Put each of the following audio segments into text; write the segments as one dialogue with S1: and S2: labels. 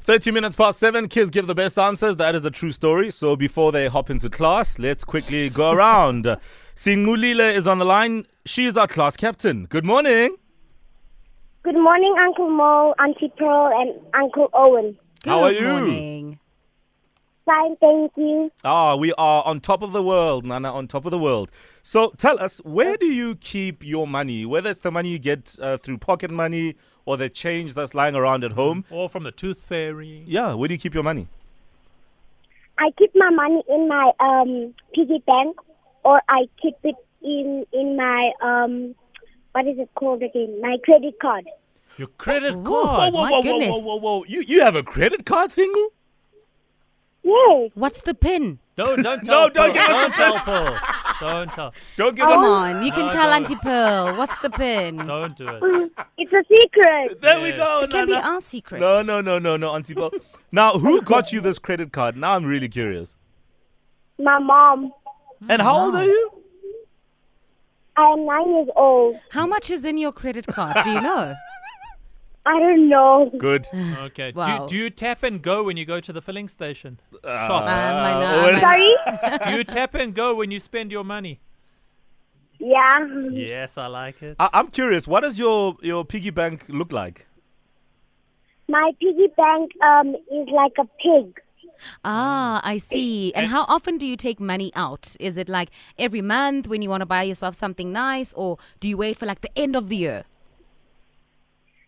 S1: 30 minutes past seven, kids give the best answers. That is a true story. So before they hop into class, let's quickly go around. Singulile is on the line. She is our class captain. Good morning.
S2: Good morning, Uncle Mo, Auntie Pearl, and Uncle Owen.
S1: How are
S3: Good
S1: you?
S3: Morning.
S2: Fine, thank you.
S1: Ah, we are on top of the world, Nana, on top of the world. So tell us, where do you keep your money? Whether it's the money you get uh, through pocket money or the change that's lying around at home.
S4: Or from the Tooth Fairy.
S1: Yeah, where do you keep your money?
S2: I keep my money in my um, piggy bank, or I keep it in in my um, what is it called again? My credit card.
S4: Your credit
S3: Ooh.
S4: card.
S3: Whoa, My goodness.
S1: Oh, whoa. You, you have a credit card, Single?
S2: Yes.
S3: What's the pin?
S4: No, don't tell.
S1: don't
S4: Paul.
S1: give us
S4: Don't tell Paul. Don't tell.
S1: Don't give
S3: Come
S1: us...
S3: on, you can tell Auntie Pearl. What's the pin?
S4: Don't do it.
S2: It's a secret.
S1: There we
S4: Yes.
S1: go,
S3: It can be
S1: Nana.
S3: our secret.
S1: No, no, no, no, no, Auntie Paul. now, who got you this credit card? Now I'm really curious.
S2: My mom.
S1: And how old are you?
S2: I am nine years old.
S3: How much is in your credit card? Do you know?
S2: I don't know.
S1: Good.
S4: Okay.
S3: Wow.
S4: Do, do you tap and go when you go to the filling station?
S1: Ah,
S3: Um,
S4: Shop.
S3: I know,
S1: Owen.
S3: I know.
S2: Sorry.
S3: Uh.
S4: do you tap and go when you spend your money?
S2: yeah.
S4: Yes, I like it.
S1: I-
S3: Ah.
S1: I'm curious. What does your, your piggy bank look like?
S2: My piggy bank um, is like a pig.
S3: Ah, I see. And how often do you take money out? Is it like every month when you want to buy yourself something nice, or do you wait for like the end of the year?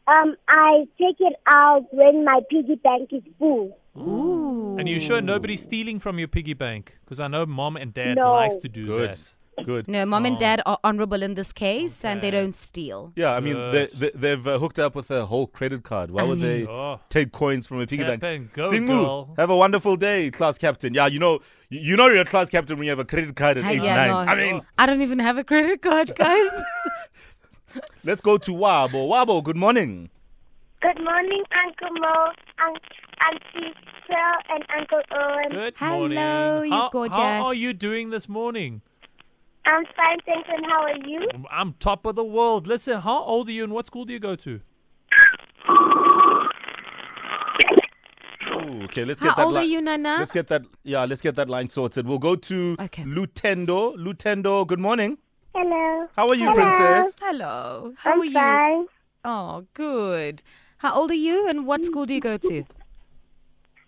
S2: Um, I take it out when my piggy bank is full.
S3: Ooh.
S4: and you sure nobody's stealing from your piggy bank? Because I know mom and dad
S2: No.
S4: likes to do
S1: Good.
S4: that.
S1: Good.
S3: No, mom and dad are honorable in this case, and they
S4: Okay.
S3: don't steal.
S1: Yeah, I mean, they,
S4: Good.
S1: they, they've uh, hooked up with a whole credit card. Why would they
S4: Oh.
S1: take coins from a piggy
S4: Tap
S1: bank?
S4: and go,
S1: Singu,
S4: girl.
S1: have a wonderful day, class captain. Yeah, you know, you you know you're a class captain when you have a credit card at
S3: Hey,
S1: age
S3: yeah,
S1: nine.
S3: no.
S1: I mean,
S3: I don't even have a credit card, guys.
S1: let's go to Wabo. Wabo, good morning.
S2: Good morning, Uncle Mo, Aunt, Auntie Phil, and Uncle Owen.
S4: Good
S3: Hello,
S4: morning.
S3: you
S4: how,
S3: gorgeous.
S4: How are you doing this morning?
S2: I'm fine, thanks, and how are you?
S4: I'm top of the world. Listen, how old are you and what school do you go to?
S1: Ooh, okay, let's get
S3: How
S1: that
S3: old are
S1: li-
S3: you, Nana?
S1: Let's get that. Yeah, let's get that line sorted. We'll go to
S3: Ah. Okay.
S1: Lutendo. Lutendo, good morning.
S2: Hello.
S1: How are you,
S2: Hello.
S1: princess?
S3: Hello. How
S2: I'm
S3: are you?
S2: fine.
S3: Oh, good. How old are you and what school do you go to?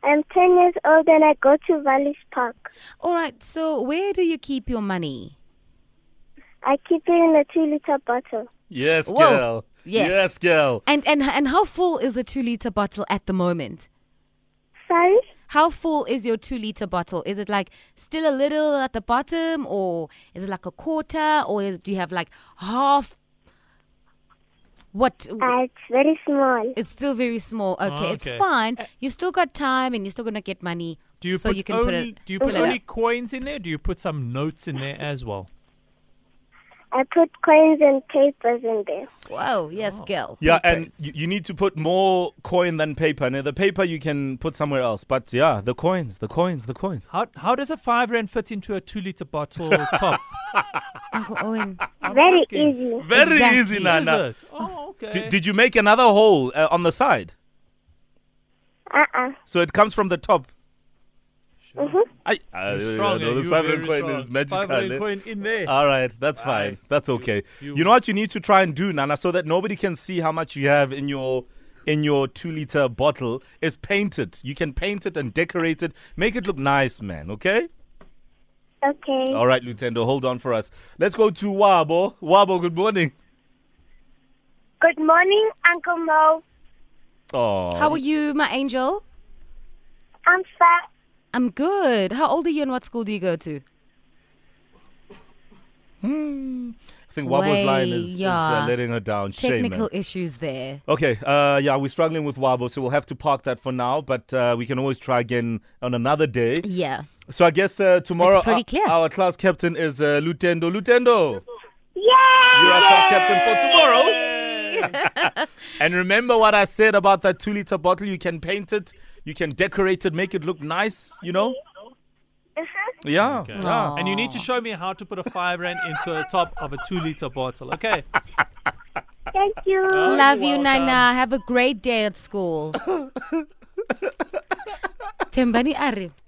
S2: I'm 10 years old and I go to Valleys Park.
S3: All right, so where do you keep your money?
S2: I keep it in a 2 liter bottle.
S1: Yes,
S3: Whoa.
S1: girl.
S3: Yes.
S1: yes, girl.
S3: And and and how full is the 2 liter bottle at the moment?
S2: Sorry?
S3: How full is your 2 liter bottle? Is it like still a little at the bottom or is it like a quarter or is, do you have like half what
S2: Uh, it's very small.
S3: It's still very small. Okay, it's
S4: Oh, okay. Eh.
S3: fine. You've still got time and you're still going to get money.
S4: Do you
S3: so
S4: put
S3: you can
S4: only,
S3: put it
S4: do you put
S3: pull it
S4: only
S3: up.
S4: coins in there? Do you put some notes in there as well?
S2: I put coins and papers in there.
S3: Whoa, yes,
S4: Oh.
S3: girl.
S1: Yeah, and
S3: papers.
S1: you, you need to put more coin than paper. Now, the paper you can put somewhere else, but yeah, the coins, the coins, the coins.
S4: How how does a five rand fit into a two liter bottle top?
S3: Uncle Owen.
S2: very
S4: asking.
S2: easy.
S1: Very
S3: Exactly.
S1: easy,
S4: Is
S1: Nana.
S4: it? Oh, okay.
S1: D- did you make another hole uh, on the side?
S2: Uh uh
S1: So it comes from the top. I, I,
S4: You're
S1: I
S4: strong,
S1: know
S4: eh?
S1: this
S4: You're
S1: 500
S4: very
S1: coin
S4: strong.
S1: is magical.
S4: 500
S1: eh?
S4: coin in there.
S3: Uh,
S1: All right, that's fine. That's okay. You, know what you need to try and do, Nana, so that nobody can see how much you have in your in your two liter bottle is paint it. You can paint it and decorate it. Make it look nice, man. Okay.
S2: Okay.
S1: All right, Lutendo, hold on for us. Let's go to Wabo. Wabo, good morning.
S2: Good morning, Uncle Mo.
S1: Oh,
S3: How are you, my angel?
S2: I'm fine.
S3: I'm good. How old are you and what school do you go to?
S1: I think Wabo's
S3: Way,
S1: line is, is, uh,
S3: yeah.
S1: letting her down. Shame, man.
S3: Technical issues there.
S1: Okay, uh, yeah, we're struggling with Wabo, so we'll have to park that for now. But uh, we can always try again on another day.
S3: Yeah.
S1: So I guess uh, tomorrow
S3: pretty
S1: our,
S3: clear.
S1: our class captain is uh, Lutendo. Lutendo,
S2: Yay!
S1: you're our class captain for tomorrow. and remember what I said about that two liter bottle. You can paint it, you can decorate it, make it look nice. You know? Yeah.
S4: Okay.
S1: yeah.
S4: And you need to show me how to put a five rand into a top of a two liter bottle. Okay.
S2: Thank you.
S3: Love you,
S4: welcome.
S3: Nana. Have a great day at school. Tembani Ari.